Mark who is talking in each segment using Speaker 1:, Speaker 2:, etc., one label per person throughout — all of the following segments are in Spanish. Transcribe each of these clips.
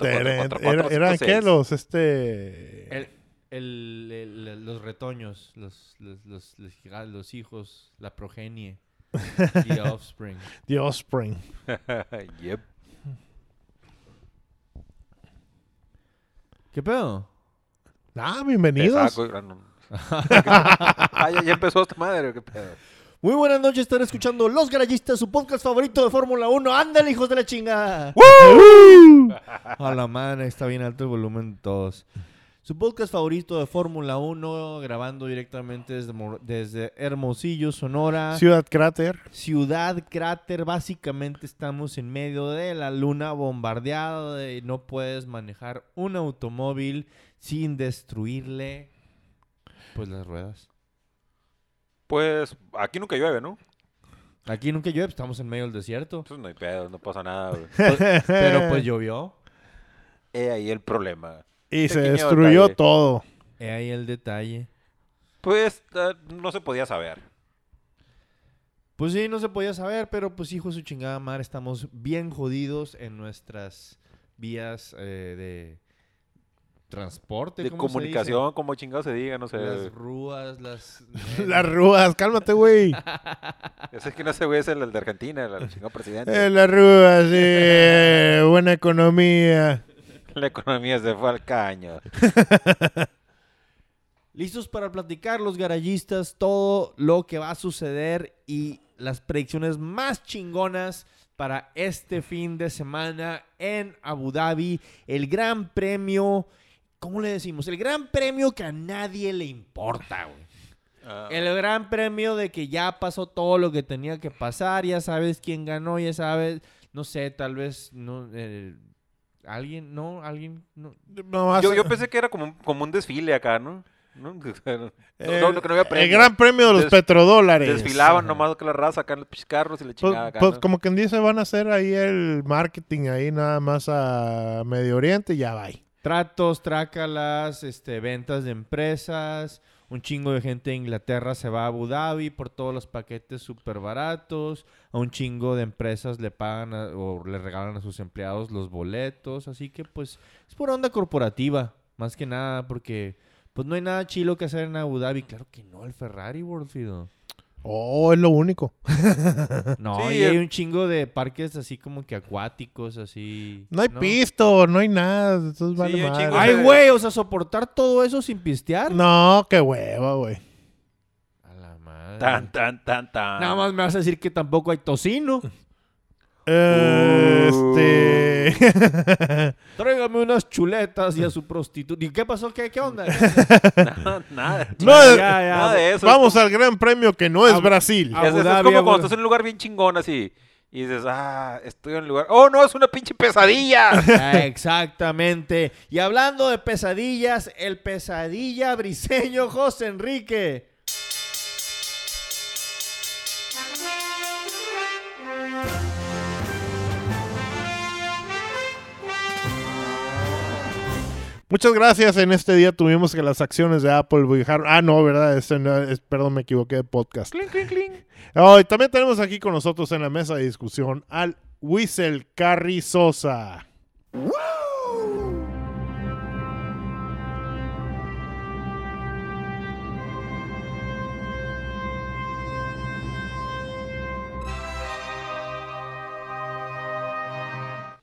Speaker 1: Eran,
Speaker 2: 4, 4, 4,
Speaker 1: eran-
Speaker 2: 5,
Speaker 1: eran
Speaker 2: 6.
Speaker 1: qué los este
Speaker 3: El- el- el- los retoños, los, los, los, los giga- los hijos, la progenie, the offspring.
Speaker 1: The Offspring.
Speaker 2: Yep.
Speaker 3: ¿Qué pedo?
Speaker 1: Ah,
Speaker 2: Te
Speaker 1: bienvenidos.
Speaker 2: saco, gran- ah, ya, ya empezó esta madre, qué pedo.
Speaker 4: Muy buenas noches, están escuchando Los Garayistas, su podcast favorito de Fórmula 1. ¡Ándale, hijos de la chinga!
Speaker 3: A la madre, está bien alto el volumen de todos. Su podcast favorito de Fórmula 1, grabando directamente desde, Mor- desde Hermosillo, Sonora.
Speaker 1: Ciudad Cráter.
Speaker 3: Ciudad cráter, básicamente estamos en medio de la luna bombardeada de- no puedes manejar un automóvil sin destruirle pues las ruedas.
Speaker 2: Pues aquí nunca llueve, ¿no?
Speaker 3: Aquí nunca llueve, estamos en medio del desierto.
Speaker 2: Entonces no hay pedo, no pasa nada. güey.
Speaker 3: Pero
Speaker 2: Eh.
Speaker 3: pues llovió.
Speaker 2: He ahí el problema.
Speaker 1: Y se
Speaker 2: Pequeño
Speaker 1: destruyó
Speaker 2: detalle.
Speaker 1: todo.
Speaker 3: He ahí el detalle.
Speaker 2: Pues ah, no se podía saber.
Speaker 3: Pues sí, no se podía saber, pero pues hijo de su chingada madre, estamos bien jodidos en nuestras vías eh, de transporte.
Speaker 2: De
Speaker 3: ¿cómo se dice?
Speaker 2: comunicación, como chingado se diga, no sé.
Speaker 3: Las rúas, las...
Speaker 1: Las rúas, cálmate, güey.
Speaker 2: Ese es que no se ve, es el, el de Argentina, el, el chingado presidente.
Speaker 1: Eh, las rúas, eh, buena economía.
Speaker 2: La economía se fue al caño.
Speaker 3: Listos para platicar los garayistas todo lo que va a suceder y las predicciones más chingonas para este fin de semana en Abu Dhabi, el gran premio, ¿cómo le decimos? El gran premio que a nadie le importa, güey.
Speaker 2: Ah,
Speaker 3: El gran premio de que ya pasó todo lo que tenía que pasar, ya sabes quién ganó, ya sabes, no sé, tal vez no eh, alguien, no, alguien no.
Speaker 1: Nomás-
Speaker 2: yo, yo pensé que era como un, como un desfile acá, ¿no? No, que- no,
Speaker 1: el,
Speaker 2: no, que no había
Speaker 1: eh, el
Speaker 2: premio.
Speaker 1: gran premio de los
Speaker 2: Des-
Speaker 1: petrodólares.
Speaker 2: Desfilaban
Speaker 3: Ajá.
Speaker 2: nomás que la raza acá en los pinches carros y la
Speaker 1: Pues,
Speaker 2: chingada acá.
Speaker 1: pues,
Speaker 2: ¿no?
Speaker 1: como quien dice, van a hacer ahí el marketing ahí nada más a Medio Oriente y ya va.
Speaker 3: Tratos, trácalas, este, ventas de empresas, un chingo de gente de Inglaterra se va a Abu Dhabi por todos los paquetes súper baratos, a un chingo de empresas le pagan a- o le regalan a sus empleados los boletos, así que pues es por onda corporativa, más que nada, porque pues no hay nada chilo que hacer en Abu Dhabi, claro que no, el Ferrari World, Fido.
Speaker 1: Oh, es lo único.
Speaker 3: No,
Speaker 2: Sí,
Speaker 3: y hay
Speaker 2: el-
Speaker 3: un chingo de parques así como que acuáticos, así.
Speaker 1: No hay pisto, no hay nada. entonces vale
Speaker 2: hay un
Speaker 1: madre.
Speaker 2: chingo
Speaker 3: Ay, güey, o sea, soportar todo eso sin pistear.
Speaker 1: Mm. No, qué hueva, güey.
Speaker 3: A la madre.
Speaker 2: Tan, tan, tan, tan.
Speaker 3: Nada más me vas a decir que tampoco hay tocino.
Speaker 1: Eh,
Speaker 2: Uh.
Speaker 1: Este.
Speaker 3: Tráigame unas chuletas y a su prostituta. ¿Y qué pasó? ¿Qué, qué onda?
Speaker 2: Nada, nada.
Speaker 1: No,
Speaker 3: Ya,
Speaker 1: eh,
Speaker 3: ya, ya.
Speaker 2: nada de eso.
Speaker 1: Vamos al gran premio que no es
Speaker 3: Ab-
Speaker 1: Brasil.
Speaker 3: Abu
Speaker 2: Es, es- es
Speaker 3: Dhabi,
Speaker 2: como
Speaker 3: Abu-
Speaker 2: cuando estás en un lugar bien chingón así. Y dices, ah, estoy en un lugar. ¡Oh, no! ¡Es una pinche pesadilla!
Speaker 3: Ah, Exactamente. Y hablando de pesadillas, el pesadilla briseño José Enrique.
Speaker 1: Muchas gracias. En este día tuvimos que las acciones de Apple bajaron. Ah, no, ¿verdad? Este no es- perdón, me equivoqué de podcast. Oh, y también tenemos aquí con nosotros en la mesa de discusión al Whistle Carri Sosa.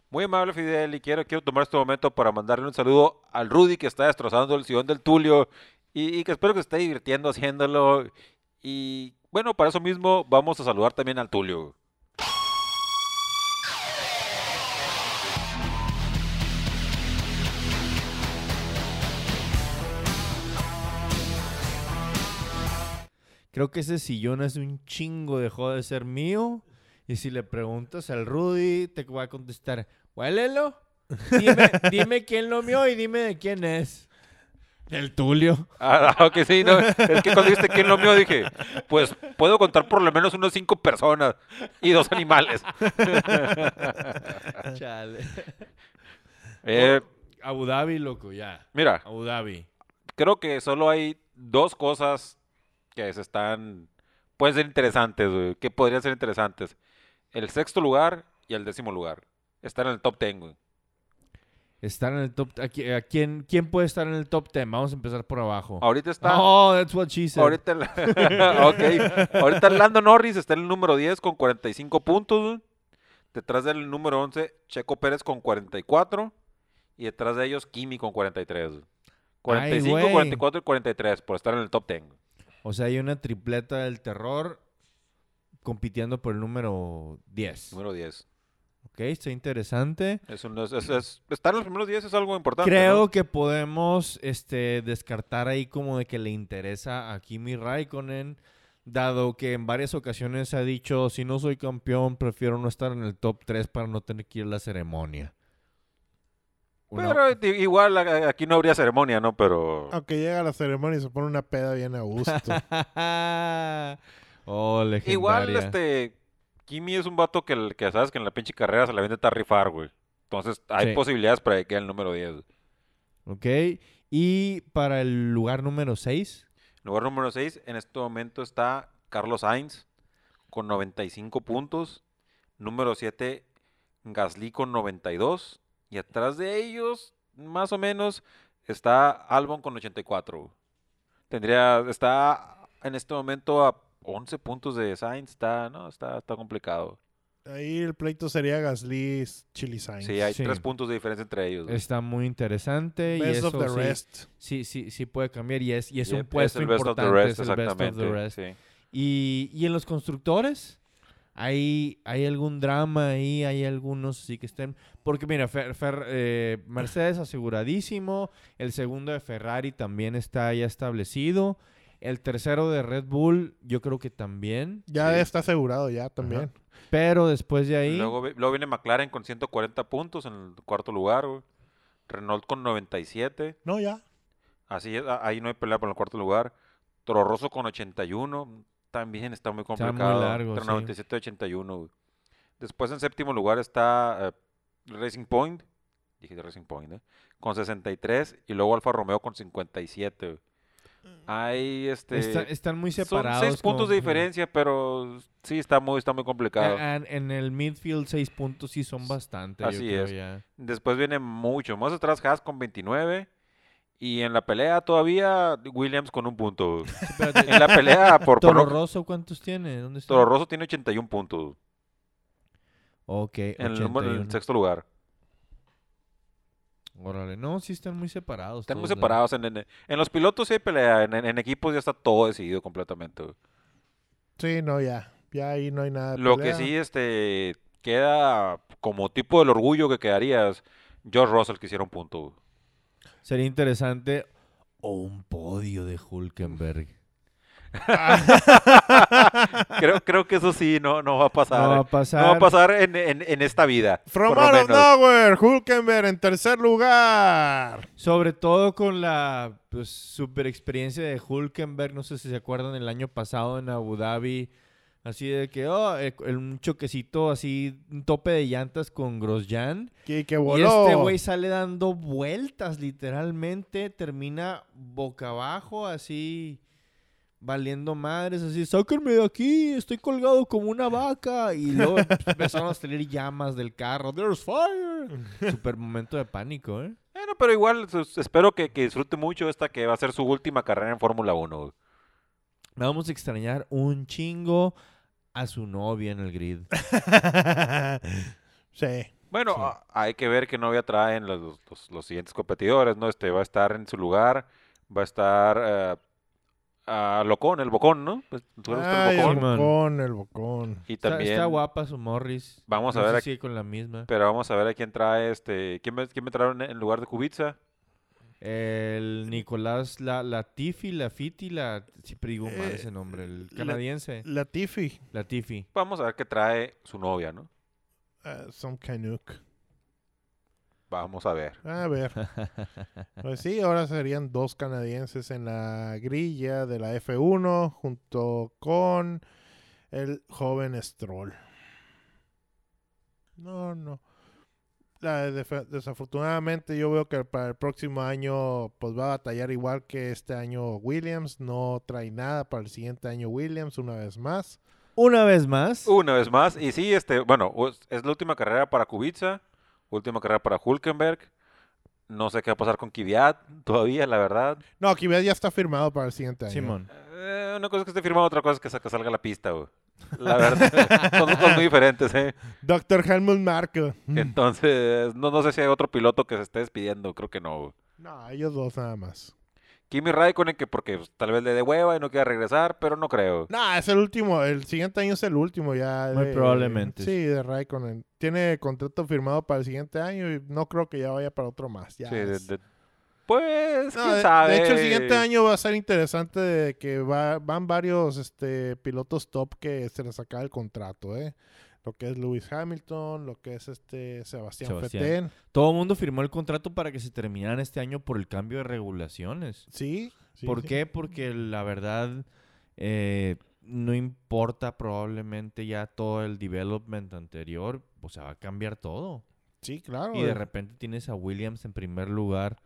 Speaker 2: Muy amable, Fidel. Y quiero, quiero tomar este momento para mandarle un saludo al Rudy que está destrozando el sillón del Tulio. Y, y que espero que se esté divirtiendo haciéndolo. Y bueno, para eso mismo vamos a saludar también al Tulio.
Speaker 3: Creo que ese sillón hace un chingo dejó de ser mío. Y si le preguntas al Rudy, te va a contestar, huélelo. Dime, dime quién lo mío y dime de quién es. El Tulio.
Speaker 2: Ah, ah, ok, sí, no. Es que cuando dijiste quién lo mío, dije, pues puedo contar por lo menos unas cinco personas y dos animales.
Speaker 3: Chale.
Speaker 2: Eh,
Speaker 3: Abu Dhabi, loco, ya.
Speaker 2: mira,
Speaker 3: Abu Dhabi.
Speaker 2: creo que solo hay dos cosas que se están. pueden ser interesantes, güey, que podrían ser interesantes. El sexto lugar y el décimo lugar. Están en el top ten, güey.
Speaker 3: Estar en el top. ¿A, qui- a quién, quién puede estar en el top 10? Vamos a empezar por abajo.
Speaker 2: Ahorita está.
Speaker 3: Oh, that's what she said.
Speaker 2: Ahorita, la- ok. Ahorita Lando Norris está en el número 10 con 45 puntos. güey. Detrás del número 11, Checo Pérez con 44. Y detrás de ellos, Kimi con 43. güey. 45,
Speaker 3: güey.
Speaker 2: 44 y 43 por estar en el top 10. güey.
Speaker 3: O sea, hay una tripleta del terror compitiendo por el número 10.
Speaker 2: Número 10.
Speaker 3: Ok, está interesante.
Speaker 2: Es un- es- es- es- estar en los primeros 10 es algo importante.
Speaker 3: Creo
Speaker 2: ¿no?
Speaker 3: que podemos este, descartar ahí como de que le interesa a Kimi Raikkonen, dado que en varias ocasiones ha dicho, si no soy campeón, prefiero no estar en el top 3 para no tener que ir a la ceremonia. Una-
Speaker 2: Pero i- igual a- a- aquí no habría ceremonia, ¿no? Pero.
Speaker 1: Aunque llega a la ceremonia y se pone una peda bien a gusto.
Speaker 3: oh, legendaria.
Speaker 2: Igual, este. Kimi es un vato que, el- que sabes que en la pinche carrera se la vende a rifar, güey. Entonces, hay
Speaker 3: Sí.
Speaker 2: posibilidades para que quede en el número 10. güey.
Speaker 3: Ok, y para el lugar número 6,
Speaker 2: Lugar número 6, en este momento está Carlos Sainz con 95 puntos. Número 7, Gasly con 92. Y atrás de ellos, más o menos, está Albon con 84. Tendría, está en este momento a 11 puntos de Sainz. Está, no, está, está complicado.
Speaker 1: Ahí el pleito sería Gasly Chili Sainz.
Speaker 2: Sí, hay
Speaker 3: Sí.
Speaker 2: 3 puntos de diferencia entre ellos. güey.
Speaker 3: está muy interesante. y
Speaker 1: Best
Speaker 3: eso
Speaker 1: of the
Speaker 3: sí-
Speaker 1: rest.
Speaker 3: Sí, sí, sí puede cambiar y es, y es
Speaker 2: Y
Speaker 3: un puesto
Speaker 2: el best of the
Speaker 3: importante.
Speaker 2: rest,
Speaker 3: es el best of the
Speaker 2: exactamente,
Speaker 3: rest.
Speaker 2: sí.
Speaker 3: Y, y en los constructores, ¿hay, ¿hay algún drama ahí? ¿Hay algunos sí que estén? Porque mira, Fer- Fer- eh, Mercedes aseguradísimo, el segundo de Ferrari también está ya establecido, el tercero de Red Bull yo creo que también,
Speaker 1: Ya
Speaker 2: Sí.
Speaker 1: está asegurado, ya también.
Speaker 3: pero después de ahí,
Speaker 2: Luego, vi- luego viene McLaren con 140 puntos en el cuarto lugar, güey. Renault con 97.
Speaker 1: No, ya.
Speaker 2: Así es, a- ahí no hay pelea por el cuarto lugar. Toro Rosso con 81. También está muy
Speaker 3: muy
Speaker 2: complicado.
Speaker 3: largo,
Speaker 2: entre
Speaker 3: sí.
Speaker 2: 97 y 81, güey. Después en séptimo lugar está eh, Racing Point. Dije Racing Point, ¿eh? Con 63. Y luego Alfa Romeo con 57, güey. Hay este.
Speaker 3: está- están muy
Speaker 2: son
Speaker 3: separados.
Speaker 2: seis puntos
Speaker 3: con-
Speaker 2: de diferencia, pero sí está muy, está muy complicado.
Speaker 3: Ah, En, en el midfield seis puntos sí son bastante. yo
Speaker 2: Así
Speaker 3: creo
Speaker 2: es.
Speaker 3: ya.
Speaker 2: Después viene mucho más atrás Haas con 29. Y en la pelea todavía Williams con un punto.
Speaker 3: Espérate,
Speaker 2: En la pelea por por
Speaker 3: Toro
Speaker 2: lo-
Speaker 3: Rosso, ¿cuántos tiene? ¿Dónde está?
Speaker 2: Toro Rosso tiene 81 puntos.
Speaker 3: Ok,
Speaker 2: En el, número- en el
Speaker 3: 81.
Speaker 2: sexto lugar.
Speaker 3: Órale, no, sí están muy separados.
Speaker 2: Están muy
Speaker 3: todos, la-
Speaker 2: separados. En, en- en los pilotos sí hay pelea. En, en- en equipos ya está todo decidido completamente. güey.
Speaker 1: Sí, no, ya. Ya ahí no hay nada. de
Speaker 2: Lo que
Speaker 1: pelea.
Speaker 2: sí este, queda como tipo del orgullo que quedarías. George Russell que hicieron punto. güey.
Speaker 3: Sería interesante. O un podio de Hulkenberg.
Speaker 2: Creo, creo que eso sí no, no va a pasar.
Speaker 3: No va a
Speaker 2: No va a
Speaker 3: pasar.
Speaker 2: pasar en, en- en esta vida.
Speaker 1: From
Speaker 2: por lo
Speaker 1: out of
Speaker 2: menos.
Speaker 1: nowhere, Hulkenberg en tercer lugar.
Speaker 3: Sobre todo con la pues, super experiencia de Hulkenberg. No sé si se acuerdan el año pasado en Abu Dhabi. Así de que, oh, eh, el- un choquecito así, un tope de llantas con Grosjean.
Speaker 1: Que, que
Speaker 3: Y este
Speaker 1: voló.
Speaker 3: güey sale dando vueltas, literalmente. Termina boca abajo, así. Valiendo madres, así. Sáquenme de aquí, estoy colgado como una vaca. Y luego empezaron a salir llamas del carro. There's fire. Super momento de pánico, ¿eh?
Speaker 2: Bueno, pero igual pues, espero que, que disfrute mucho esta que va a ser su última carrera en Fórmula 1. güey.
Speaker 3: La vamos a extrañar un chingo a su novia en el grid.
Speaker 1: sí.
Speaker 2: Bueno,
Speaker 3: Sí.
Speaker 2: a- hay que ver qué novia traen los, los- los- los siguientes competidores, ¿no? Este va a estar en su lugar, va a estar eh, a Locón, el Bocón, ¿no? Pues, ¿tú eres el
Speaker 1: Ay, el
Speaker 2: Bocón?
Speaker 3: Simón.
Speaker 1: bocón, el bocón.
Speaker 2: Y
Speaker 3: Está,
Speaker 2: también,
Speaker 3: está guapa su Morris.
Speaker 2: Vamos a
Speaker 3: No sé
Speaker 2: ver
Speaker 3: si sigue con la misma.
Speaker 2: pero vamos a ver a quién trae este, quién me, quién me trajeron en lugar de Kubica.
Speaker 3: El Nicolás la, Latifi, Lafiti, la... Siempre digo
Speaker 1: Eh,
Speaker 3: mal ese nombre, el
Speaker 1: la-
Speaker 3: canadiense.
Speaker 1: Latifi.
Speaker 3: Latifi.
Speaker 2: Vamos a ver qué trae su novia, ¿no?
Speaker 1: Ah, some Canuck.
Speaker 2: Vamos a ver.
Speaker 1: A ver. Pues sí, ahora serían dos canadienses en la grilla de la F1 junto con el joven Stroll. No, no. La def- desafortunadamente yo veo que para el próximo año pues va a batallar igual que este año Williams. No trae nada para el siguiente año Williams una vez más.
Speaker 3: Una vez más.
Speaker 2: Una vez más, y sí, este, bueno, us- es la última carrera para Kubica, última carrera para Hulkenberg. No sé qué va a pasar con Kvyat todavía, la verdad.
Speaker 1: No, Kibet ya está firmado para el siguiente año.
Speaker 3: Simón.
Speaker 2: Eh, una cosa es que esté firmado, otra cosa es que, sa- que salga a la pista, güey. La verdad, son dos cosas muy diferentes, ¿eh?
Speaker 1: Doctor Helmut Marko.
Speaker 2: Mm. Entonces, no, no sé si hay otro piloto que se esté despidiendo, creo que no. güey.
Speaker 1: No, ellos dos nada más.
Speaker 2: Kimi Raikkonen, que porque pues, tal vez le dé hueva y no quiera regresar, pero no creo.
Speaker 1: No, es el último. El siguiente año es el último ya.
Speaker 3: Muy
Speaker 1: de-
Speaker 3: probablemente.
Speaker 1: Sí, de Raikkonen. Tiene contrato firmado para el siguiente año y no creo que ya vaya para otro más. Ya
Speaker 2: Sí, de-
Speaker 1: es-
Speaker 2: de- pues,
Speaker 1: No,
Speaker 2: quién
Speaker 1: de,
Speaker 2: sabe.
Speaker 1: de hecho, el siguiente año va a ser interesante de que va- van varios este, pilotos top que se les acaba el contrato, ¿eh? Lo que es Lewis Hamilton, lo que es este Sebastián,
Speaker 3: Sebastián.
Speaker 1: Fettel.
Speaker 3: Todo el mundo firmó el contrato para que se terminaran este año por el cambio de regulaciones.
Speaker 1: Sí. sí,
Speaker 3: ¿Por
Speaker 1: sí.
Speaker 3: qué? Porque la verdad eh, no importa probablemente ya todo el development anterior, o sea, va a cambiar todo.
Speaker 1: Sí, claro.
Speaker 3: Y de
Speaker 1: eh.
Speaker 3: repente tienes a Williams en primer lugar.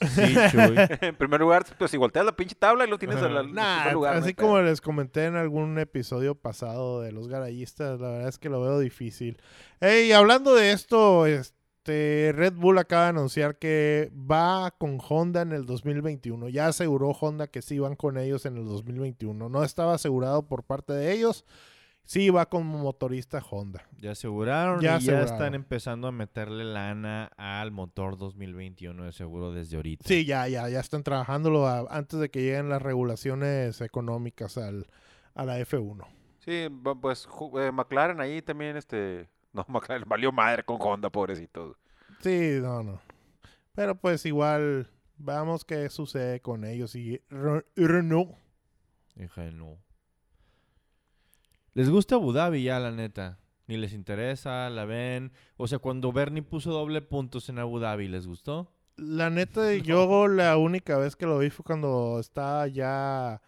Speaker 3: Sí, Chuy.
Speaker 2: en primer lugar, pues si volteas la pinche tabla y lo tienes en
Speaker 1: Ajá.
Speaker 2: la- en primer
Speaker 1: Nah,
Speaker 2: lugar. no hay
Speaker 1: así
Speaker 2: pedo.
Speaker 1: como les comenté en algún episodio pasado de los garayistas, la verdad es que lo veo difícil. Ey, hablando de esto, este Red Bull acaba de anunciar que va con Honda en el 2021. Ya aseguró Honda que sí van con ellos en el 2021. No estaba asegurado por parte de ellos. Sí va como motorista Honda.
Speaker 3: Ya aseguraron
Speaker 1: Ya
Speaker 3: y ya
Speaker 1: aseguraron.
Speaker 3: están empezando a meterle lana al motor 2021 de seguro desde ahorita.
Speaker 1: Sí, ya, ya, ya están trabajándolo a- antes de que lleguen las regulaciones económicas al, a la F1.
Speaker 2: Sí, va- pues ju- eh, McLaren ahí también, este... No, McLaren valió madre con Honda, pobrecito.
Speaker 1: Sí, no, no. Pero pues igual, vamos qué sucede con ellos y Re- Renault.
Speaker 3: Hija de no. Les gusta Abu Dhabi ya, la neta. Ni les interesa, la ven. O sea, cuando Bernie puso doble puntos en Abu Dhabi, ¿les gustó?
Speaker 1: La neta, yo la única vez que lo vi fue cuando estaba ya...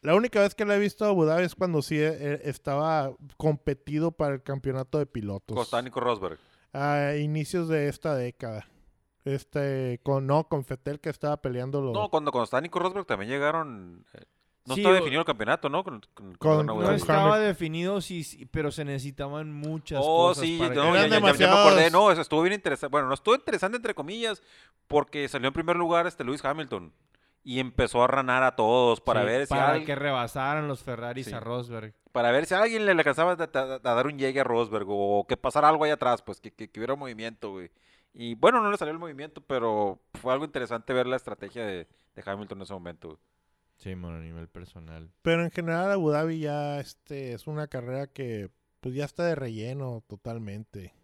Speaker 1: La única vez que la he visto a Abu Dhabi es cuando sí eh, estaba competido para el campeonato de pilotos.
Speaker 3: Pues,
Speaker 2: Costa Nico Rosberg.
Speaker 1: A inicios de esta década. Este, con, no, con Fetel que estaba peleándolo.
Speaker 2: No, cuando, cuando estaba Nico Rosberg también llegaron... eh, no
Speaker 3: Sí,
Speaker 2: estaba
Speaker 3: o-
Speaker 2: definido el campeonato, ¿no? Con, con-
Speaker 1: Con-
Speaker 2: con Abu
Speaker 1: no
Speaker 3: No
Speaker 2: Dhabi.
Speaker 1: está-
Speaker 3: estaba definido, sí, sí, pero se necesitaban muchas
Speaker 2: Oh,
Speaker 3: cosas.
Speaker 2: sí,
Speaker 3: para que-
Speaker 2: no, ya,
Speaker 1: Eran
Speaker 2: ya- ya- ya me
Speaker 1: demasiados.
Speaker 2: acordé. No, eso estuvo bien interesante. Bueno, no estuvo interesante entre comillas, porque salió en primer lugar este Lewis Hamilton y empezó a ranar a todos para
Speaker 3: Sí,
Speaker 2: ver si
Speaker 3: para
Speaker 2: al-
Speaker 3: que rebasaran los Ferraris
Speaker 2: Sí.
Speaker 3: a Rosberg.
Speaker 2: para ver si a alguien le alcanzaba a, a- a dar un llegue a Rosberg o que pasara algo ahí atrás, pues que, que- que hubiera movimiento, güey. Y bueno, no le salió el movimiento, pero fue algo interesante ver la estrategia de, de Hamilton en ese momento. güey.
Speaker 3: Sí, bueno, a nivel personal.
Speaker 1: Pero en general Abu Dhabi ya este, es una carrera que pues ya está de relleno totalmente.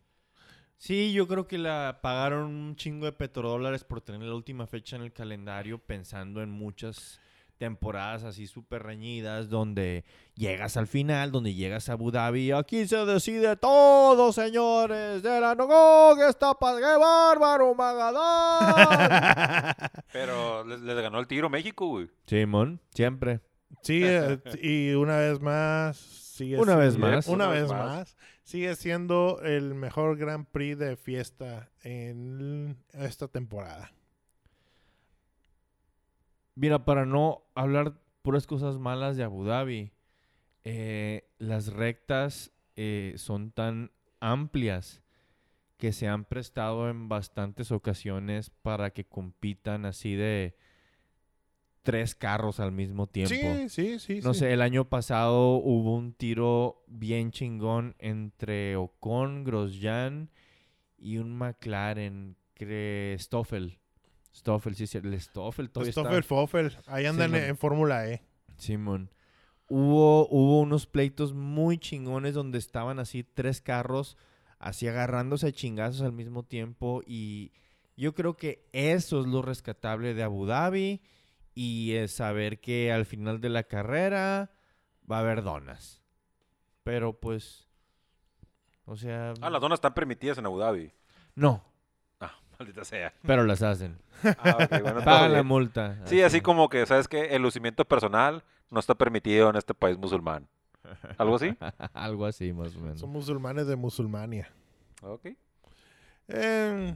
Speaker 3: Sí, yo creo que la pagaron un chingo de petrodólares por tener la última fecha en el calendario, pensando en muchas temporadas así súper reñidas, donde llegas al final, donde llegas a Abu Dhabi, aquí se decide todo, señores, de la no que está pa- ¡Qué bárbaro, Magadán!
Speaker 2: Pero les, les ganó el tiro México, güey.
Speaker 3: Simón, siempre.
Speaker 1: Sí, eh, y una vez más sigue
Speaker 3: Una vez
Speaker 1: siendo-
Speaker 3: más.
Speaker 1: Una vez más. Sigue siendo el mejor Grand Prix de fiesta en esta temporada.
Speaker 3: Mira, para no hablar puras cosas malas de Abu Dhabi, eh, las rectas eh, son tan amplias que se han prestado en bastantes ocasiones para que compitan así de tres carros al mismo tiempo.
Speaker 1: Sí, sí, sí.
Speaker 3: No
Speaker 1: sí.
Speaker 3: sé, el año pasado hubo un tiro bien chingón entre Ocon, Grosjean y un McLaren, que Stoffel. Stoffel, sí, sí, el Stoffel todavía está-
Speaker 1: Christopher Fofel, ahí andan
Speaker 3: man.
Speaker 1: en, en Fórmula E.
Speaker 3: Simón. Hubo, hubo unos pleitos muy chingones donde estaban así tres carros, así agarrándose a chingazos al mismo tiempo. Y yo creo que eso es lo rescatable de Abu Dhabi. Y es saber que al final de la carrera va a haber donas. Pero pues. O sea.
Speaker 2: Ah, las donas están permitidas en Abu Dhabi.
Speaker 3: No,
Speaker 2: Ah, maldita sea.
Speaker 3: pero las hacen.
Speaker 2: Ah, ok, bueno, todo
Speaker 3: Pagan la
Speaker 2: bien.
Speaker 3: multa.
Speaker 2: Sí, así como que, ¿sabes qué? El lucimiento personal no está permitido en este país musulmán. ¿Algo así?
Speaker 3: Algo así, más o menos.
Speaker 1: Son musulmanes de Musulmania.
Speaker 2: Ok.
Speaker 1: Eh,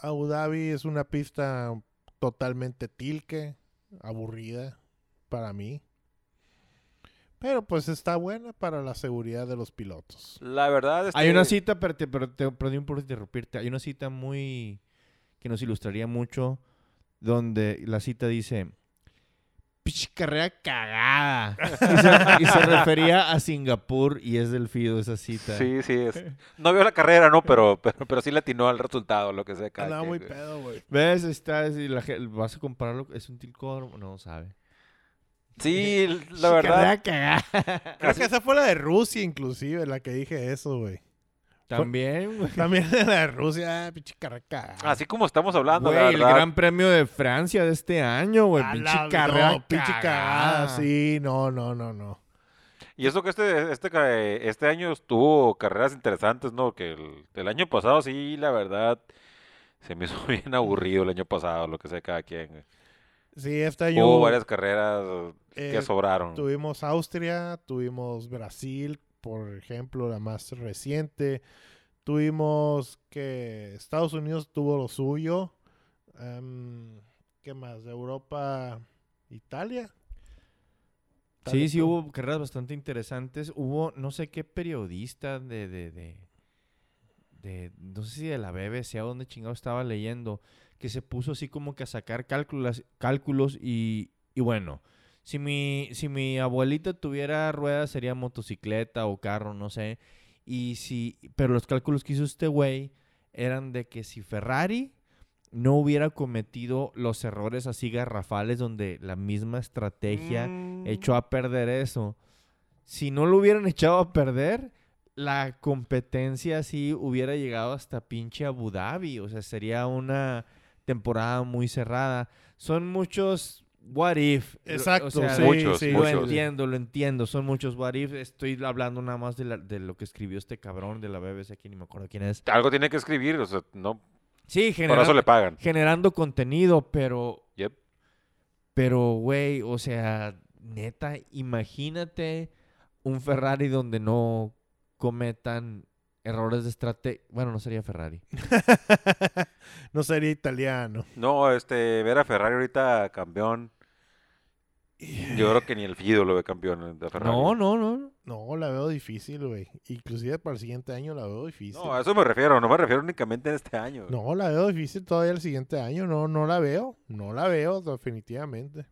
Speaker 1: Abu Dhabi es una pista totalmente tilque, aburrida para mí. Pero pues está buena para la seguridad de los pilotos.
Speaker 2: La verdad es
Speaker 3: Hay una cita, pero te, pero te- perdón por interrumpirte, hay una cita muy que nos ilustraría mucho, donde la cita dice, "Pinche carrera cagada. y, se, y se refería a Singapur y es del Fido esa cita.
Speaker 2: Sí, sí. es- No vio la carrera, ¿no? Pero, pero, pero sí le atinó al resultado, lo que sea. cada
Speaker 1: Andaba
Speaker 2: quien,
Speaker 1: muy
Speaker 2: güey.
Speaker 1: pedo, güey.
Speaker 3: ¿Ves? Está, es- y la ge- vas a compararlo, es un tilcor, no sabe.
Speaker 2: Sí, la verdad.
Speaker 1: Creo
Speaker 2: Así-
Speaker 1: que esa fue la de Rusia, inclusive, la que dije eso, güey.
Speaker 3: También, güey.
Speaker 1: También la de Rusia, ah, pinche carraca.
Speaker 2: Así como estamos hablando, la
Speaker 3: Güey, el
Speaker 2: verdad.
Speaker 3: gran premio de Francia de este año, güey.
Speaker 1: A
Speaker 3: Pinche
Speaker 1: la-
Speaker 3: carrera.
Speaker 1: no, pinche cagada. Sí, no, no, no, no.
Speaker 2: Y eso que este, este, ca- este año estuvo carreras interesantes, ¿no? Que el, el año pasado sí, la verdad, se me hizo bien aburrido el año pasado, lo que sea cada quien. güey.
Speaker 1: Sí, este año
Speaker 2: Hubo varias carreras
Speaker 1: eh,
Speaker 2: que sobraron.
Speaker 1: tuvimos Austria, tuvimos Brasil, por ejemplo, la más reciente. Tuvimos que Estados Unidos tuvo lo suyo. Em, ¿Qué más? De Europa, Italia.
Speaker 3: Sí,
Speaker 1: Italia
Speaker 3: sí,
Speaker 1: tuvo-
Speaker 3: hubo carreras bastante interesantes. Hubo, no sé qué periodista de, de, de, de- no sé si de la BBC, a dónde chingado estaba leyendo, que se puso así como que a sacar cálculos, cálculos y, y bueno, si mi, si mi abuelita tuviera ruedas sería motocicleta o carro, no sé. Y si, pero los cálculos que hizo este güey eran de que si Ferrari no hubiera cometido los errores así garrafales donde la misma estrategia echó a perder eso. Si no lo hubieran echado a perder, la competencia sí hubiera llegado hasta pinche Abu Dhabi. O sea, sería una temporada muy cerrada. Son muchos what if. Lo- o
Speaker 1: Exacto,
Speaker 3: sea,
Speaker 1: sí,
Speaker 2: Muchos,
Speaker 1: sí.
Speaker 3: Lo
Speaker 2: muchos.
Speaker 3: entiendo, lo entiendo. Son muchos what if. Estoy hablando nada más de, la- de lo que escribió este cabrón de la BBC, que ni me acuerdo quién es.
Speaker 2: Algo tiene que escribir, o sea, no,
Speaker 3: Sí,
Speaker 2: por eso
Speaker 3: generando,
Speaker 2: le pagan.
Speaker 3: generando contenido, pero
Speaker 2: Yep.
Speaker 3: pero, güey, o sea, neta, imagínate un Ferrari donde no cometan errores de estrategia. Bueno, no sería Ferrari.
Speaker 1: no sería italiano.
Speaker 2: No, este, ver a Ferrari ahorita campeón. Yo creo que ni el Fido lo ve campeón de Ferrari.
Speaker 3: No, no, no.
Speaker 1: No, la veo difícil, güey. Inclusive para el siguiente año la veo difícil.
Speaker 2: No, a eso me refiero, no me refiero únicamente en este año.
Speaker 1: No, la veo difícil todavía el siguiente año. No, no la veo. No la veo, definitivamente.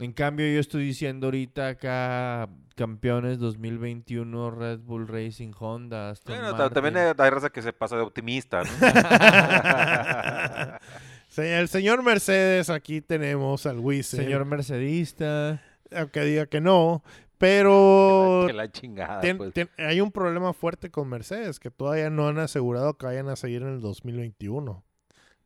Speaker 3: En cambio, yo estoy diciendo ahorita acá campeones 2021 Red Bull Racing Honda. Aston
Speaker 2: Bueno, ta- también hay,
Speaker 3: Martin.
Speaker 2: hay raza que se pasa de optimista, ¿no?
Speaker 1: Se- El señor Mercedes, aquí tenemos al Wiesel.
Speaker 3: Señor mercedista.
Speaker 1: Aunque diga que no. Pero
Speaker 2: Que la chingada.
Speaker 1: ten-
Speaker 2: pues.
Speaker 1: ten- hay un problema fuerte con Mercedes que todavía no han asegurado que vayan a seguir en el 2021.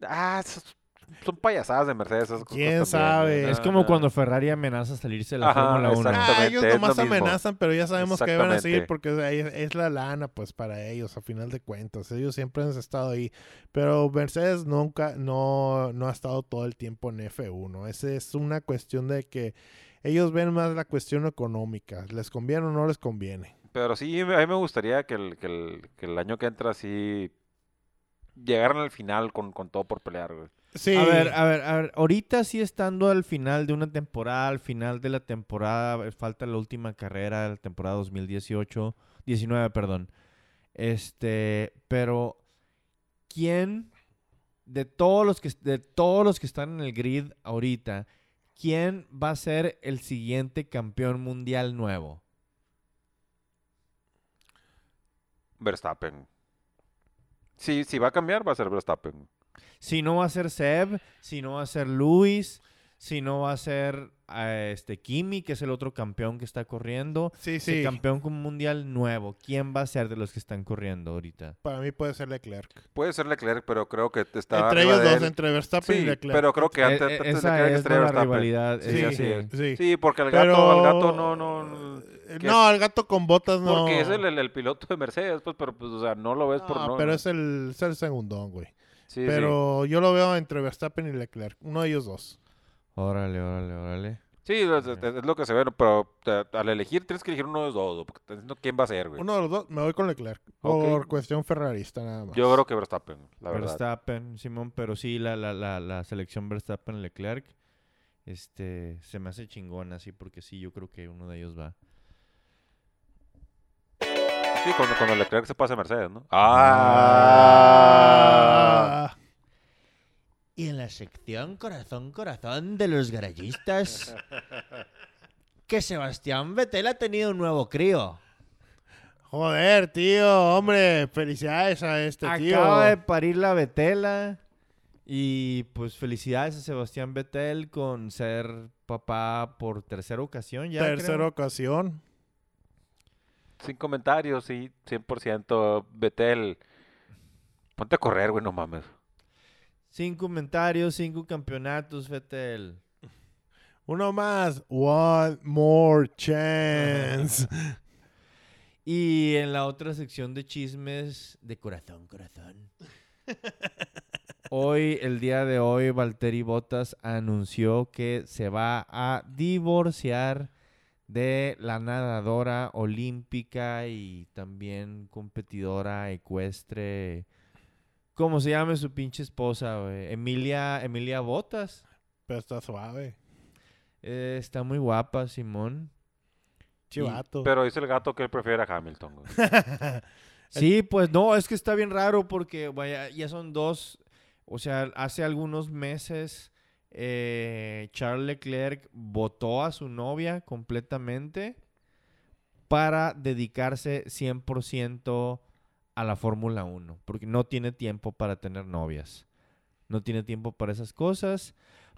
Speaker 2: Ah, esos- son payasadas de Mercedes. esas cosas
Speaker 1: ¿Quién
Speaker 2: también,
Speaker 1: sabe?
Speaker 2: ¿no?
Speaker 3: es
Speaker 2: No,
Speaker 3: como
Speaker 2: no.
Speaker 3: cuando Ferrari amenaza a salirse de la
Speaker 2: Ah, Ajá,
Speaker 3: Fórmula 1.
Speaker 2: exacto.
Speaker 1: Ah, ellos
Speaker 2: Exactamente, es lo
Speaker 1: nomás
Speaker 2: mismo.
Speaker 1: amenazan, pero ya sabemos que van a seguir
Speaker 2: Exactamente.
Speaker 1: porque ahí es, es la lana, pues para ellos, a final de cuentas. Ellos siempre han estado ahí. Pero Mercedes nunca, no, no ha estado todo el tiempo en F1. Esa es una cuestión de que ellos ven más la cuestión económica. ¿Les conviene o no les conviene?
Speaker 2: Pero sí, a mí me gustaría que el, que el, que el año que entra sí llegaran al final con, con todo por pelear, güey.
Speaker 1: Sí.
Speaker 3: A ver, a ver, a ver. Ahorita sí estando al final de una temporada, al final de la temporada, eh, falta la última carrera de la temporada 2018, 19, perdón. Este, pero ¿quién de todos los que de todos los que están en el grid ahorita, quién va a ser el siguiente campeón mundial nuevo?
Speaker 2: Verstappen. Sí, sí va a cambiar, va a ser Verstappen.
Speaker 3: Si no va a ser Seb, si no va a ser Luis, si no va a ser eh, este Kimi, que es el otro campeón que está corriendo.
Speaker 1: Sí,
Speaker 3: Sí.
Speaker 1: sí.
Speaker 3: campeón con mundial nuevo, ¿quién va a ser de los que están corriendo ahorita?
Speaker 1: Para mí puede ser Leclerc.
Speaker 2: Puede ser Leclerc, pero creo que está
Speaker 1: entre
Speaker 2: arriba
Speaker 1: ellos
Speaker 2: de
Speaker 1: dos,
Speaker 2: él.
Speaker 1: entre Verstappen y
Speaker 2: Sí,
Speaker 1: Leclerc.
Speaker 2: pero creo que antes,
Speaker 3: E- e-
Speaker 2: antes de
Speaker 3: esa
Speaker 2: Leclerc
Speaker 3: es
Speaker 2: estaría
Speaker 3: la
Speaker 2: Verstappen.
Speaker 3: rivalidad.
Speaker 1: Sí,
Speaker 2: Sí,
Speaker 3: esa
Speaker 2: así
Speaker 3: sí.
Speaker 2: es.
Speaker 1: sí.
Speaker 2: Sí, porque el gato,
Speaker 1: Pero-
Speaker 2: al gato no, no.
Speaker 1: Eh, No, el gato con botas no.
Speaker 2: Porque es el, el- el piloto de Mercedes, pues, pero pues, o sea, no lo ves por
Speaker 1: Ah,
Speaker 2: no.
Speaker 1: pero
Speaker 2: no.
Speaker 1: es el, es el segundón, güey.
Speaker 2: Sí, sí.
Speaker 1: Pero yo lo veo entre Verstappen y Leclerc. Uno de ellos dos.
Speaker 3: Órale, órale, órale.
Speaker 2: Sí, es, es- es lo que se ve, ¿no? pero o sea, al elegir tienes que elegir uno de los dos, porque estás diciendo quién va a ser, güey.
Speaker 1: Uno de los dos, me voy con Leclerc.
Speaker 2: Ok.
Speaker 1: Por cuestión ferrarista nada más.
Speaker 2: Yo creo que Verstappen, la verdad.
Speaker 3: Verstappen, Simón, pero sí, la, la, la, la selección Verstappen-Leclerc este, se me hace chingona, sí, porque sí, yo creo que uno de ellos va.
Speaker 2: Sí, cuando, cuando Leclerc se pase a Mercedes, ¿no?
Speaker 1: Ah.
Speaker 2: ¡Ah!
Speaker 4: la sección Corazón Corazón de los garallistas que Sebastián Vettel ha tenido un nuevo crío.
Speaker 1: Joder, tío, hombre, felicidades a este
Speaker 3: Acaba de
Speaker 1: tío.
Speaker 3: parir la Betela. Y pues felicidades a Sebastián Betel con ser papá por tercera ocasión ya.
Speaker 1: Tercera
Speaker 3: creo.
Speaker 1: ocasión.
Speaker 2: Sin comentarios, sí, 100%. Betel, ponte a correr, güey, no mames.
Speaker 3: Cinco comentarios, cinco campeonatos, Betel.
Speaker 1: Uno más. One more chance.
Speaker 3: Y en la otra sección de chismes de corazón, corazón. Hoy, el día de hoy, Valtteri Bottas anunció que se va a divorciar de la nadadora olímpica y también competidora ecuestre. ¿Cómo se llama su pinche esposa, güey? Emilia, Emilia Bottas.
Speaker 1: Pero está suave.
Speaker 3: Eh, está muy guapa, Simón.
Speaker 1: Chivato.
Speaker 2: Pero dice el gato que él prefiere a Hamilton, güey.
Speaker 3: Sí, pues no, es que está bien raro porque vaya, ya son dos, o sea, hace algunos meses eh, Charles Leclerc votó a su novia completamente para dedicarse 100% a la Fórmula 1, porque no tiene tiempo para tener novias, no tiene tiempo para esas cosas.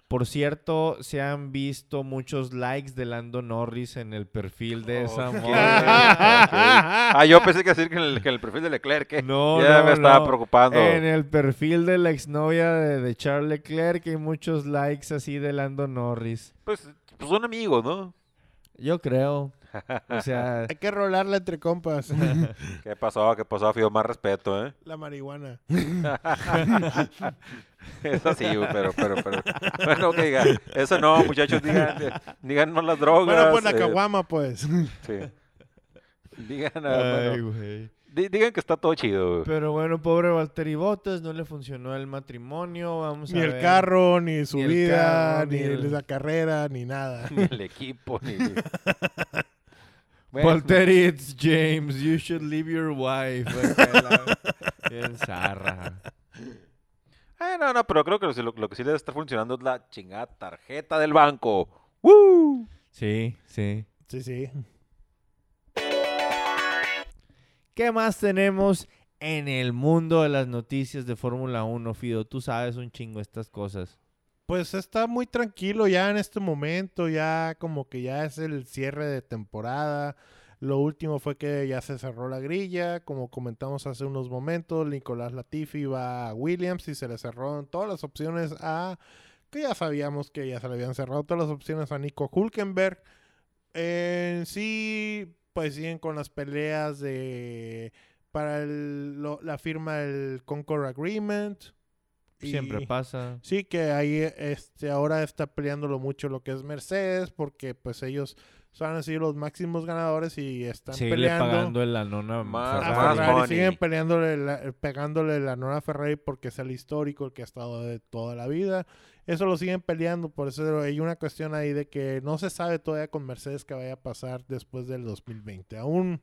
Speaker 3: Por cierto, se han visto muchos likes de Lando Norris en el perfil de
Speaker 2: Oh,
Speaker 3: esa
Speaker 2: Ok,
Speaker 3: morra.
Speaker 2: ok. Ah, yo pensé que decir que en el, que en el perfil de Leclerc, ¿eh?
Speaker 3: No,
Speaker 2: ya
Speaker 3: no,
Speaker 2: me estaba
Speaker 3: no.
Speaker 2: preocupando.
Speaker 3: En el perfil de la exnovia de, de Charles Leclerc hay muchos likes así de Lando Norris.
Speaker 2: Pues, pues son amigos, ¿no?
Speaker 3: Yo creo. O sea,
Speaker 1: Hay que rolarla entre compas.
Speaker 2: ¿Qué pasó? ¿Qué pasó? Fido más respeto, ¿eh?
Speaker 1: la marihuana.
Speaker 2: Eso sí, güey, pero, pero, pero. Bueno, que diga, eso no, muchachos, digan, digan no las drogas.
Speaker 1: Bueno, pues la
Speaker 2: eh,
Speaker 1: caguama, pues.
Speaker 2: sí. Digan, ah,
Speaker 3: ay,
Speaker 2: bueno,
Speaker 3: güey.
Speaker 2: di- digan que está todo chido, güey.
Speaker 3: Pero bueno, pobre Valtteri Bottas, no le funcionó el matrimonio. Vamos
Speaker 1: Ni
Speaker 3: Pues, a
Speaker 1: el
Speaker 3: ver.
Speaker 1: carro, ni su
Speaker 3: Ni el
Speaker 1: vida,
Speaker 3: carro,
Speaker 1: ni,
Speaker 3: ni el-
Speaker 1: la carrera, ni nada.
Speaker 2: Ni el equipo, ni. Bueno,
Speaker 3: Valtteri, it's James. You should leave your wife. Acá la- Bien zarra.
Speaker 2: eh, no, no, pero creo que lo, lo que sí le está funcionando es la chingada tarjeta del banco. ¡Woo!
Speaker 3: Sí, sí.
Speaker 1: Sí, sí.
Speaker 3: ¿Qué más tenemos en el mundo de las noticias de Fórmula 1, Fido? Tú sabes un chingo estas cosas.
Speaker 1: Pues está muy tranquilo ya en este momento, ya como que ya es el cierre de temporada. Lo último fue que ya se cerró la grilla, como comentamos hace unos momentos, Nicolás Latifi va a Williams y se le cerraron todas las opciones a, que ya sabíamos que ya se le habían cerrado todas las opciones a Nico Hulkenberg. En sí, pues siguen con las peleas de para el- lo- la firma del Concord Agreement.
Speaker 3: Siempre
Speaker 1: Y-
Speaker 3: pasa.
Speaker 1: Sí, que ahí este, ahora está peleándolo mucho lo que es Mercedes, porque pues ellos han sido los máximos ganadores y están
Speaker 3: Seguirle
Speaker 1: peleando.
Speaker 3: pagando el anona
Speaker 2: Más-
Speaker 1: a
Speaker 2: más
Speaker 3: Ferrari.
Speaker 1: Ferrari,
Speaker 2: money.
Speaker 1: siguen peleándole la- pegándole la nora a Ferrari porque es el histórico, el que ha estado de toda la vida. Eso lo siguen peleando, por eso hay una cuestión ahí de que no se sabe todavía con Mercedes que vaya a pasar después del 2020. Aún,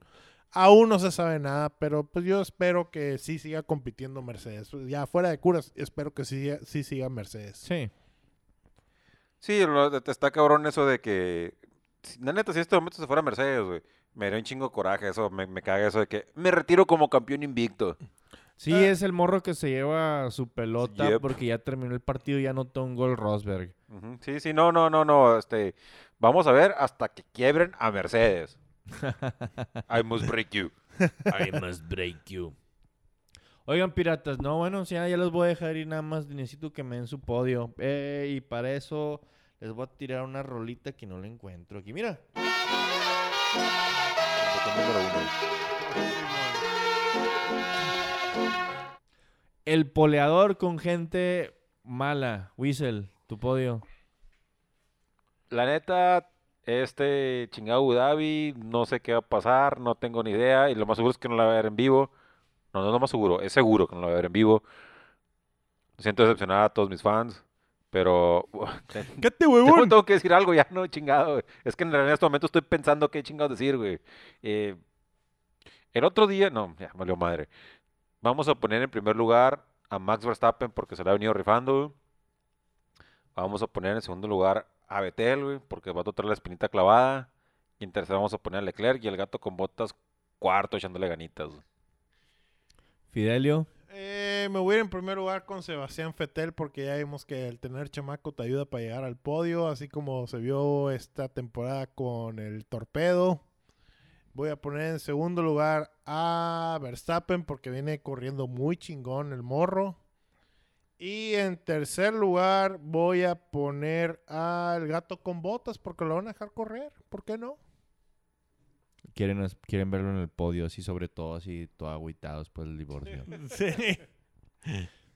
Speaker 1: aún no se sabe nada, pero pues yo espero que sí siga compitiendo Mercedes. Ya fuera de curas, espero que sí, sí siga Mercedes.
Speaker 3: Sí.
Speaker 2: Sí, lo- te- te está cabrón eso de que. si- La neta, si este momento se fuera Mercedes, güey, me haría un chingo de coraje eso, me, me caga eso de que me retiro como campeón invicto.
Speaker 3: Sí,
Speaker 1: Ah.
Speaker 3: es el morro que se lleva su pelota
Speaker 2: Yep.
Speaker 3: porque ya terminó el partido y ya anotó un gol Rosberg.
Speaker 2: Ujú, Sí, sí, no, no, no, no, este, vamos a ver hasta que quiebren a Mercedes. I must break you.
Speaker 5: I must break you.
Speaker 3: Oigan, piratas, no, bueno, sí, ya los voy a dejar ir nada más. Necesito que me den su podio. Eh, y para eso les voy a tirar una rolita que no la encuentro aquí. Mira.
Speaker 2: Botón número uno.
Speaker 3: El poleador con gente mala. Whistle, tu podio.
Speaker 2: La neta, este chingado Abu Dhabi, no sé qué va a pasar, no tengo ni idea, y lo más seguro es que no la voy a ver en vivo. No, no es lo más seguro, es seguro que no la voy a ver en vivo. Siento decepcionada a todos mis fans, pero
Speaker 1: ¿Qué te
Speaker 2: tengo,
Speaker 1: huevón?
Speaker 2: tengo que decir algo ya, no, chingado. güey. Es que en realidad en este momento estoy pensando qué chingados decir, güey. Eh, el otro día, no, ya, valió madre. Vamos a poner en primer lugar a Max Verstappen porque se la ha venido rifando, güey. Vamos a poner en segundo lugar a Betel, güey, porque va a traer la espinita clavada. Y en tercero vamos a poner a Leclerc y el gato con botas cuarto echándole ganitas. güey.
Speaker 3: Fidelio.
Speaker 1: Eh, me voy a ir en primer lugar con Sebastián Fetel porque ya vimos que el tener chamaco te ayuda para llegar al podio, así como se vio esta temporada con el torpedo. Voy a poner en segundo lugar a Verstappen porque viene corriendo muy chingón el morro. Y en tercer lugar voy a poner al gato con botas porque lo van a dejar correr. ¿Por qué no?
Speaker 3: Quieren, quieren verlo en el podio, así sobre todo, así todo agüitado después del divorcio.
Speaker 1: Sí.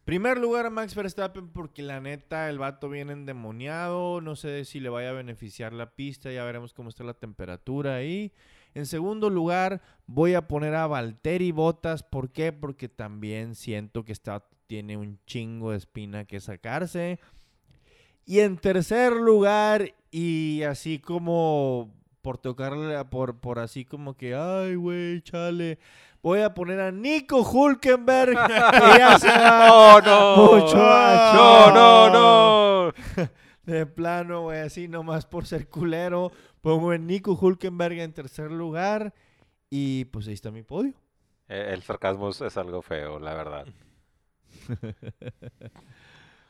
Speaker 3: Primer lugar a Max Verstappen porque la neta el vato viene endemoniado, no sé si le vaya a beneficiar la pista, ya veremos cómo está la temperatura ahí. En segundo lugar voy a poner a Valtteri Botas, ¿por qué? Porque también siento que está, tiene un chingo de espina que sacarse. Y en tercer lugar y así como por tocarle, a- por, por así como que, ay güey, chale, voy a poner a Nico Hulkenberg. que ya se va.
Speaker 2: ¡No, no!
Speaker 3: Mucho más.
Speaker 2: ¡No, no, no!
Speaker 3: De plano, güey, así nomás por ser culero. Pongo en Nico Hulkenberg en tercer lugar. Y pues ahí está mi podio.
Speaker 2: Eh, El sarcasmo es- es algo feo, la verdad.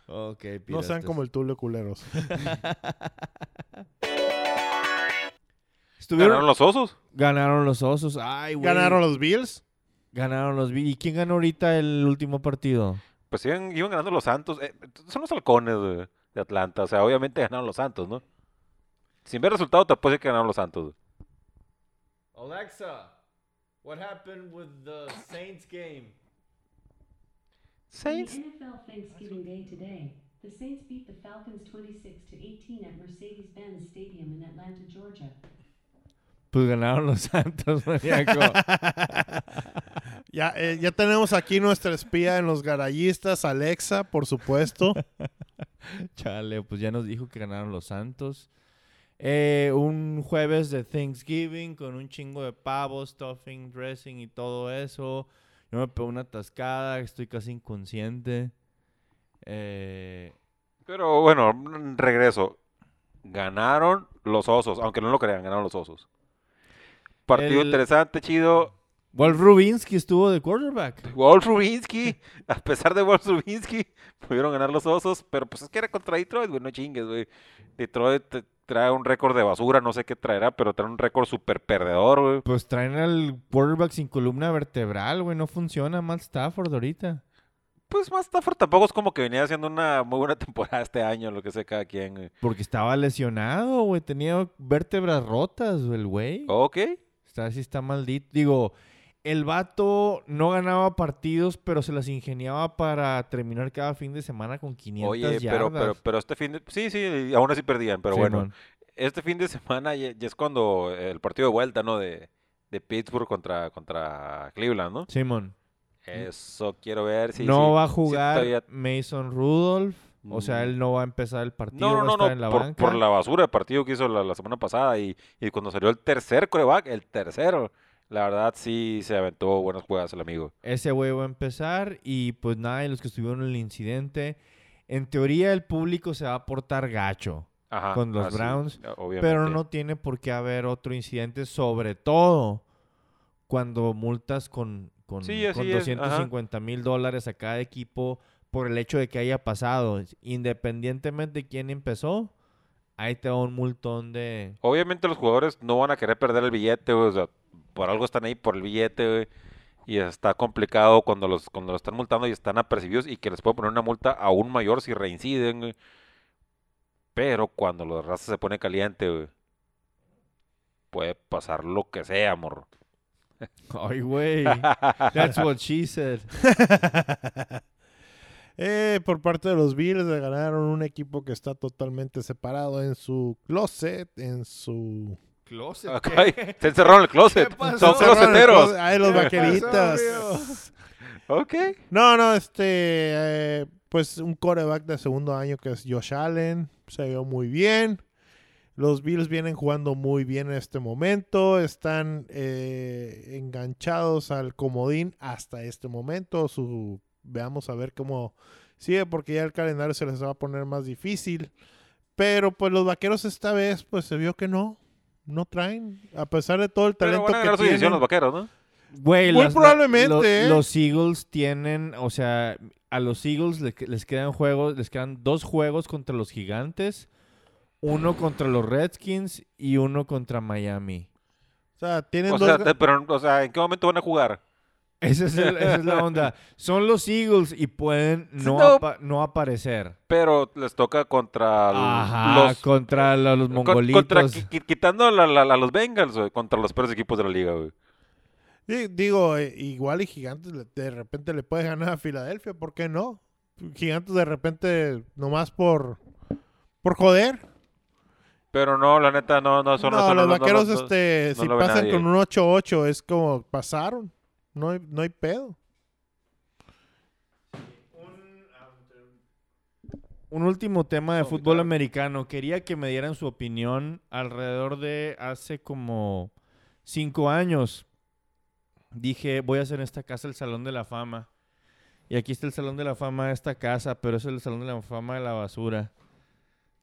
Speaker 3: Ok,
Speaker 1: No sean como el Tulio culeros.
Speaker 2: ¿Ganaron los osos?
Speaker 3: Ganaron los osos. Ay, güey.
Speaker 1: Ganaron los Bills.
Speaker 3: Ganaron los Bills. ¿Y quién ganó ahorita el último partido?
Speaker 2: Pues iban, iban ganando los Santos. Eh, son los halcones de, de Atlanta. O sea, obviamente ganaron los Santos, ¿no? Sin ver resultado, te puedo decir que ganaron los Santos.
Speaker 3: Alexa, what happened with the Saints game?
Speaker 2: Saints.
Speaker 6: On NFL Thanksgiving Day today, the Saints beat the Falcons 26 to 18 at Mercedes-Benz Stadium in Atlanta, Georgia.
Speaker 3: Pues ganaron los Santos, maníaco.
Speaker 1: Ya, eh, ya tenemos aquí nuestra espía en los garayistas, Alexa, por supuesto.
Speaker 3: Chale, pues ya nos dijo que ganaron los Santos. Eh, un jueves de Thanksgiving con un chingo de pavos, stuffing, dressing y todo eso. Yo me pego una atascada, estoy casi inconsciente. Eh,
Speaker 2: Pero bueno, mm, regreso. Ganaron los osos, aunque no lo crean, ganaron los osos. Partido
Speaker 3: El-
Speaker 2: interesante, chido.
Speaker 3: Wolf Rubinsky estuvo de quarterback.
Speaker 2: Wolf Rubinsky, a pesar de Wolf Rubinsky, pudieron ganar los osos, pero pues es que era contra Detroit, güey, no chingues, güey. Detroit eh, trae un récord de basura, no sé qué traerá, pero trae un récord súper perdedor, güey.
Speaker 3: Pues traen al quarterback sin columna vertebral, güey. No funciona Matt Stafford ahorita.
Speaker 2: Pues más Stafford tampoco es como que venía haciendo una muy buena temporada este año, lo que sé cada quien. güey.
Speaker 3: Porque estaba lesionado, güey. Tenía vértebras rotas, güey, el güey.
Speaker 2: Ok.
Speaker 3: Está, sí está maldito. Digo, el vato no ganaba partidos, pero se las ingeniaba para terminar cada fin de semana con 500
Speaker 2: Oye, pero,
Speaker 3: yardas.
Speaker 2: pero, pero este fin de... Sí, sí, aún así perdían, pero bueno.
Speaker 3: Simón.
Speaker 2: Este fin de semana ya, ya es cuando el partido de vuelta, ¿no? De, de Pittsburgh contra, contra Cleveland, ¿no?
Speaker 3: Simón.
Speaker 2: Eso quiero ver si...
Speaker 3: no
Speaker 2: si-
Speaker 3: va a
Speaker 2: si
Speaker 3: jugar
Speaker 2: todavía-
Speaker 3: Mason Rudolph. O sea,
Speaker 2: Mm.
Speaker 3: él no va a empezar el partido,
Speaker 2: No,
Speaker 3: va
Speaker 2: no,
Speaker 3: a
Speaker 2: no,
Speaker 3: estar
Speaker 2: no,
Speaker 3: en la
Speaker 2: por,
Speaker 3: banca.
Speaker 2: por la basura de partido que hizo la, la semana pasada y, y cuando salió el tercer coreback, el tercero, la verdad sí se aventó buenas jugadas el amigo.
Speaker 3: Ese güey va a empezar y pues nada, de los que estuvieron en el incidente, en teoría el público se va a portar gacho.
Speaker 2: Ajá,
Speaker 3: Con los
Speaker 2: así,
Speaker 3: Browns,
Speaker 2: obviamente.
Speaker 3: Pero no tiene por qué haber otro incidente, sobre todo cuando multas con, con,
Speaker 2: Sí, así
Speaker 3: con
Speaker 2: es, ajá.
Speaker 3: 250 mil dólares a cada equipo por el hecho de que haya pasado. Independientemente de quién empezó, ahí te va un multón de...
Speaker 2: Obviamente los jugadores no van a querer perder el billete, güey, o sea, por algo están ahí por el billete, güey, Y está complicado cuando los, cuando los están multando y están apercibidos y que les pueden poner una multa aún mayor si reinciden, güey. Pero cuando la raza se pone caliente, güey, puede pasar lo que sea, amor.
Speaker 3: Ay, güey. That's what she said.
Speaker 1: Eh, por parte de los Bills le ganaron un equipo que está totalmente separado en su closet, en su...
Speaker 3: Closet.
Speaker 2: Ok, Se encerraron en el closet.
Speaker 3: pasó?
Speaker 2: Son
Speaker 1: Cerraron el
Speaker 2: closeteros.
Speaker 1: closet. Ay, los
Speaker 3: ¿Qué pasó,
Speaker 1: vaqueritas.
Speaker 2: Ok.
Speaker 1: No, no, este... eh, pues un coreback de segundo año que es Josh Allen. Se vio muy bien. Los Bills vienen jugando muy bien en este momento. Están eh, enganchados al comodín hasta este momento. Su, veamos a ver cómo Sí, porque ya el calendario se les va a poner más difícil. Pero pues los vaqueros esta vez, pues se vio que no. No traen. A pesar de todo el
Speaker 2: Pero
Speaker 1: talento
Speaker 2: van a ganar su
Speaker 1: que tienen.
Speaker 2: división los vaqueros, ¿no?
Speaker 3: Güey,
Speaker 1: Muy
Speaker 3: las-
Speaker 1: probablemente,
Speaker 3: lo-
Speaker 1: ¿eh?
Speaker 3: los Eagles tienen, o sea, a los Eagles le- les quedan juegos, les quedan dos juegos contra los Gigantes, uno contra los Redskins y uno contra Miami.
Speaker 1: O sea, tienen
Speaker 2: O
Speaker 1: dos
Speaker 2: sea,
Speaker 1: ga-
Speaker 2: te- pero, o sea, ¿en qué momento van a jugar?
Speaker 3: Esa es, el- esa es la onda. Son los Eagles y pueden no,
Speaker 2: No.
Speaker 3: apa- no aparecer.
Speaker 2: Pero les toca contra l-
Speaker 3: Ajá,
Speaker 2: los...
Speaker 3: contra lo- los
Speaker 2: con-
Speaker 3: mongolitos.
Speaker 2: contra, qui- qui- quitando la- la- la- los Bengals, güey, contra los peores equipos de la liga, güey.
Speaker 1: Di- Digo, eh, igual y Gigantes le- de repente le puede ganar a Filadelfia, ¿por qué no? Gigantes de repente nomás por por joder.
Speaker 2: Pero no, la neta, no, no son
Speaker 1: no,
Speaker 2: son-
Speaker 1: los
Speaker 2: no- no-
Speaker 1: vaqueros
Speaker 2: no-
Speaker 1: este
Speaker 2: no
Speaker 1: si
Speaker 2: lo ve
Speaker 1: pasan
Speaker 2: nadie.
Speaker 1: con un 8-8 es como pasaron. No hay, no hay pedo.
Speaker 3: Un último tema de fútbol americano. Quería que me dieran su opinión alrededor de hace como cinco años. Dije, voy a hacer en esta casa el Salón de la Fama. Y aquí está el Salón de la Fama de esta casa, pero es el Salón de la Fama de la basura.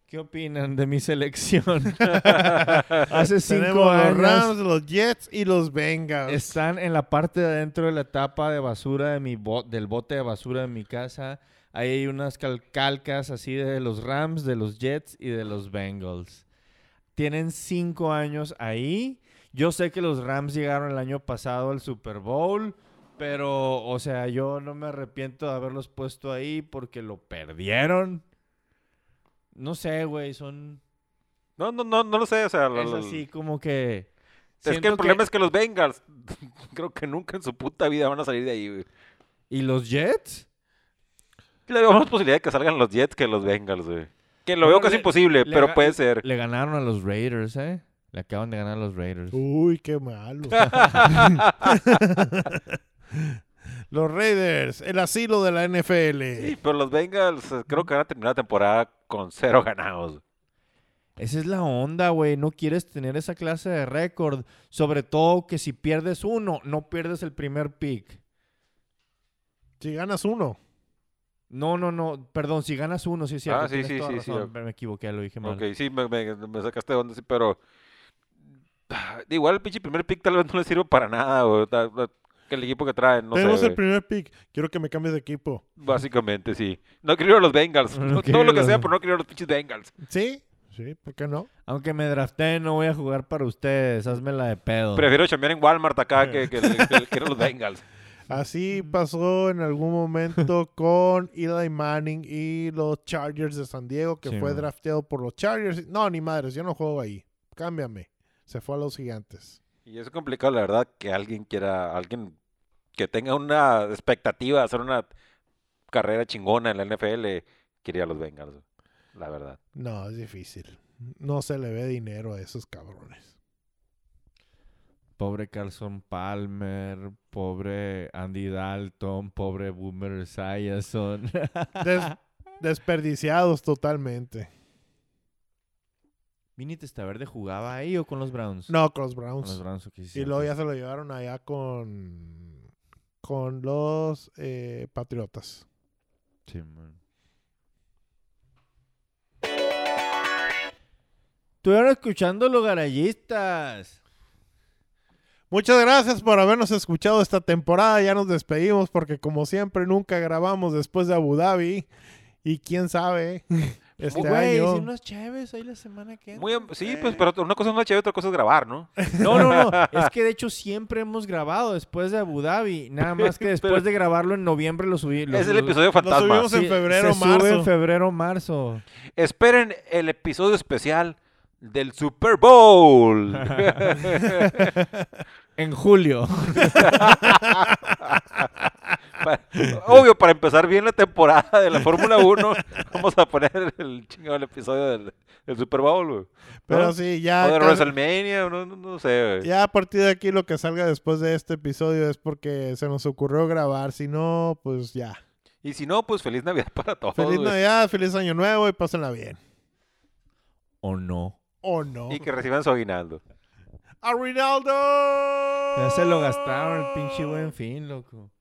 Speaker 3: ¿Qué opinan de mi selección? hace cinco
Speaker 1: Tenemos los
Speaker 3: años
Speaker 1: Rams, los Jets y los Bengals.
Speaker 3: están en la parte de adentro de la tapa de basura de mi bo- del bote de basura de mi casa. Ahí hay unas cal- calcas así de los Rams, de los Jets y de los Bengals. Tienen cinco años ahí. Yo sé que los Rams llegaron el año pasado al Super Bowl, pero, o sea, yo no me arrepiento de haberlos puesto ahí porque lo perdieron. No sé, güey, son...
Speaker 2: No, no, no, no lo sé, o sea... la-
Speaker 3: Es
Speaker 2: la-
Speaker 3: así como que...
Speaker 2: Es que
Speaker 3: siento
Speaker 2: el problema es que los Bengals, creo que nunca en su puta vida van a salir de ahí, güey.
Speaker 3: ¿Y los Jets?
Speaker 2: Y Le veo más posibilidad de que salgan los Jets que los Bengals, güey. Que lo veo
Speaker 3: Bueno,
Speaker 2: casi
Speaker 3: le-
Speaker 2: imposible,
Speaker 3: le
Speaker 2: pero
Speaker 3: ga-
Speaker 2: puede ser.
Speaker 3: Le ganaron a los Raiders, ¿eh? Le acaban de ganar a los Raiders.
Speaker 2: Uh.
Speaker 1: Uy, qué malo. los Raiders, el asilo de la NFL.
Speaker 2: Sí, pero los Bengals eh, creo que van a terminar la temporada con cero ganados.
Speaker 3: Esa es la onda, güey. No quieres tener esa clase de récord. Sobre todo que si pierdes uno, no pierdes el primer pick.
Speaker 1: Si ganas uno.
Speaker 3: No, no, no. Perdón, si ganas uno, sí es cierto.
Speaker 2: Ah, sí,
Speaker 3: tienes
Speaker 2: sí,
Speaker 3: toda
Speaker 2: sí, sí,
Speaker 3: razón.
Speaker 2: ok.
Speaker 3: Me equivoqué, lo dije mal.
Speaker 2: Ok, sí, me, me- me sacaste de onda, sí, pero... ah, Igual el pinche primer pick tal vez no le sirve para nada, güey. ta- ta- que El equipo que traen, no sé,
Speaker 1: Tenemos el
Speaker 2: güey.
Speaker 1: primer pick. Quiero que me cambies de equipo.
Speaker 2: Básicamente, sí. No quiero ir a los Bengals.
Speaker 3: No
Speaker 2: No-
Speaker 3: quiero
Speaker 2: todo lo que
Speaker 3: los-
Speaker 2: sea, pero no quiero ir a los pinches Bengals.
Speaker 1: ¿Sí? Sí, ¿por qué no?
Speaker 3: Aunque me drafté, no voy a jugar para ustedes. Házmela de pedo.
Speaker 2: Prefiero chambear en Walmart acá que, que, que- que ir a los Bengals.
Speaker 1: Así pasó en algún momento con Eli Manning y los Chargers de San Diego, que
Speaker 3: Sí,
Speaker 1: fue
Speaker 3: man.
Speaker 1: drafteado por los Chargers. No, ni madres, yo no juego ahí. Cámbiame. Se fue a los gigantes.
Speaker 2: Y es complicado, la verdad, que alguien quiera, alguien que tenga una expectativa de hacer una carrera chingona en la NFL, quería a los Bengals, la verdad.
Speaker 1: No, es difícil. No se le ve dinero a esos cabrones.
Speaker 3: Pobre Carson Palmer. Pobre Andy Dalton. Pobre Boomer Esiason.
Speaker 1: Des- desperdiciados totalmente.
Speaker 3: Vinny Testaverde jugaba ahí o con los Browns?
Speaker 1: No, con los
Speaker 3: Con los
Speaker 1: Browns.
Speaker 3: Browns, ok, sí,
Speaker 1: Y
Speaker 3: cierto.
Speaker 1: luego ya se lo llevaron allá con, con los eh, Patriotas.
Speaker 3: Sí, man. Estuvieron escuchando los garayistas.
Speaker 1: Muchas gracias por habernos escuchado esta temporada. Ya nos despedimos porque como siempre nunca grabamos después de Abu Dhabi. Y quién sabe, este
Speaker 3: Güey,
Speaker 1: año...
Speaker 3: si unas chéves ahí la semana que
Speaker 2: Muy,
Speaker 3: entra.
Speaker 2: am- sí, pues, pero una cosa es una chévere, otra cosa es grabar, ¿no?
Speaker 3: No, no, no. Es que de hecho siempre hemos grabado después de Abu Dhabi. Nada más que después
Speaker 2: Pero-
Speaker 3: de grabarlo en noviembre lo subí. lo
Speaker 2: es el
Speaker 3: sub-
Speaker 2: episodio fantasma.
Speaker 1: subimos en febrero,
Speaker 3: se sube
Speaker 1: marzo.
Speaker 3: en febrero, marzo.
Speaker 2: Esperen el episodio especial del Super Bowl.
Speaker 3: En julio.
Speaker 2: Pa- Obvio, para empezar bien la temporada de la Fórmula 1, vamos a poner el chingado episodio del, del Super Bowl, güey.
Speaker 1: Pero
Speaker 2: ¿No?
Speaker 1: sí,
Speaker 2: O
Speaker 1: ya,
Speaker 2: de
Speaker 1: ca-
Speaker 2: WrestleMania, no, no, no sé, güey.
Speaker 1: ya a partir de aquí lo que salga después de este episodio es porque se nos ocurrió grabar. Si no, pues ya.
Speaker 2: Y si no, pues feliz Navidad para todos.
Speaker 1: Feliz
Speaker 2: güey.
Speaker 1: Navidad, feliz año nuevo y pásenla bien.
Speaker 3: ¿O no?
Speaker 1: ¿O no?
Speaker 2: Y que reciban su aguinaldo.
Speaker 1: ¡A Rinaldo!
Speaker 3: Ya se lo gastaron el pinche buen fin, loco.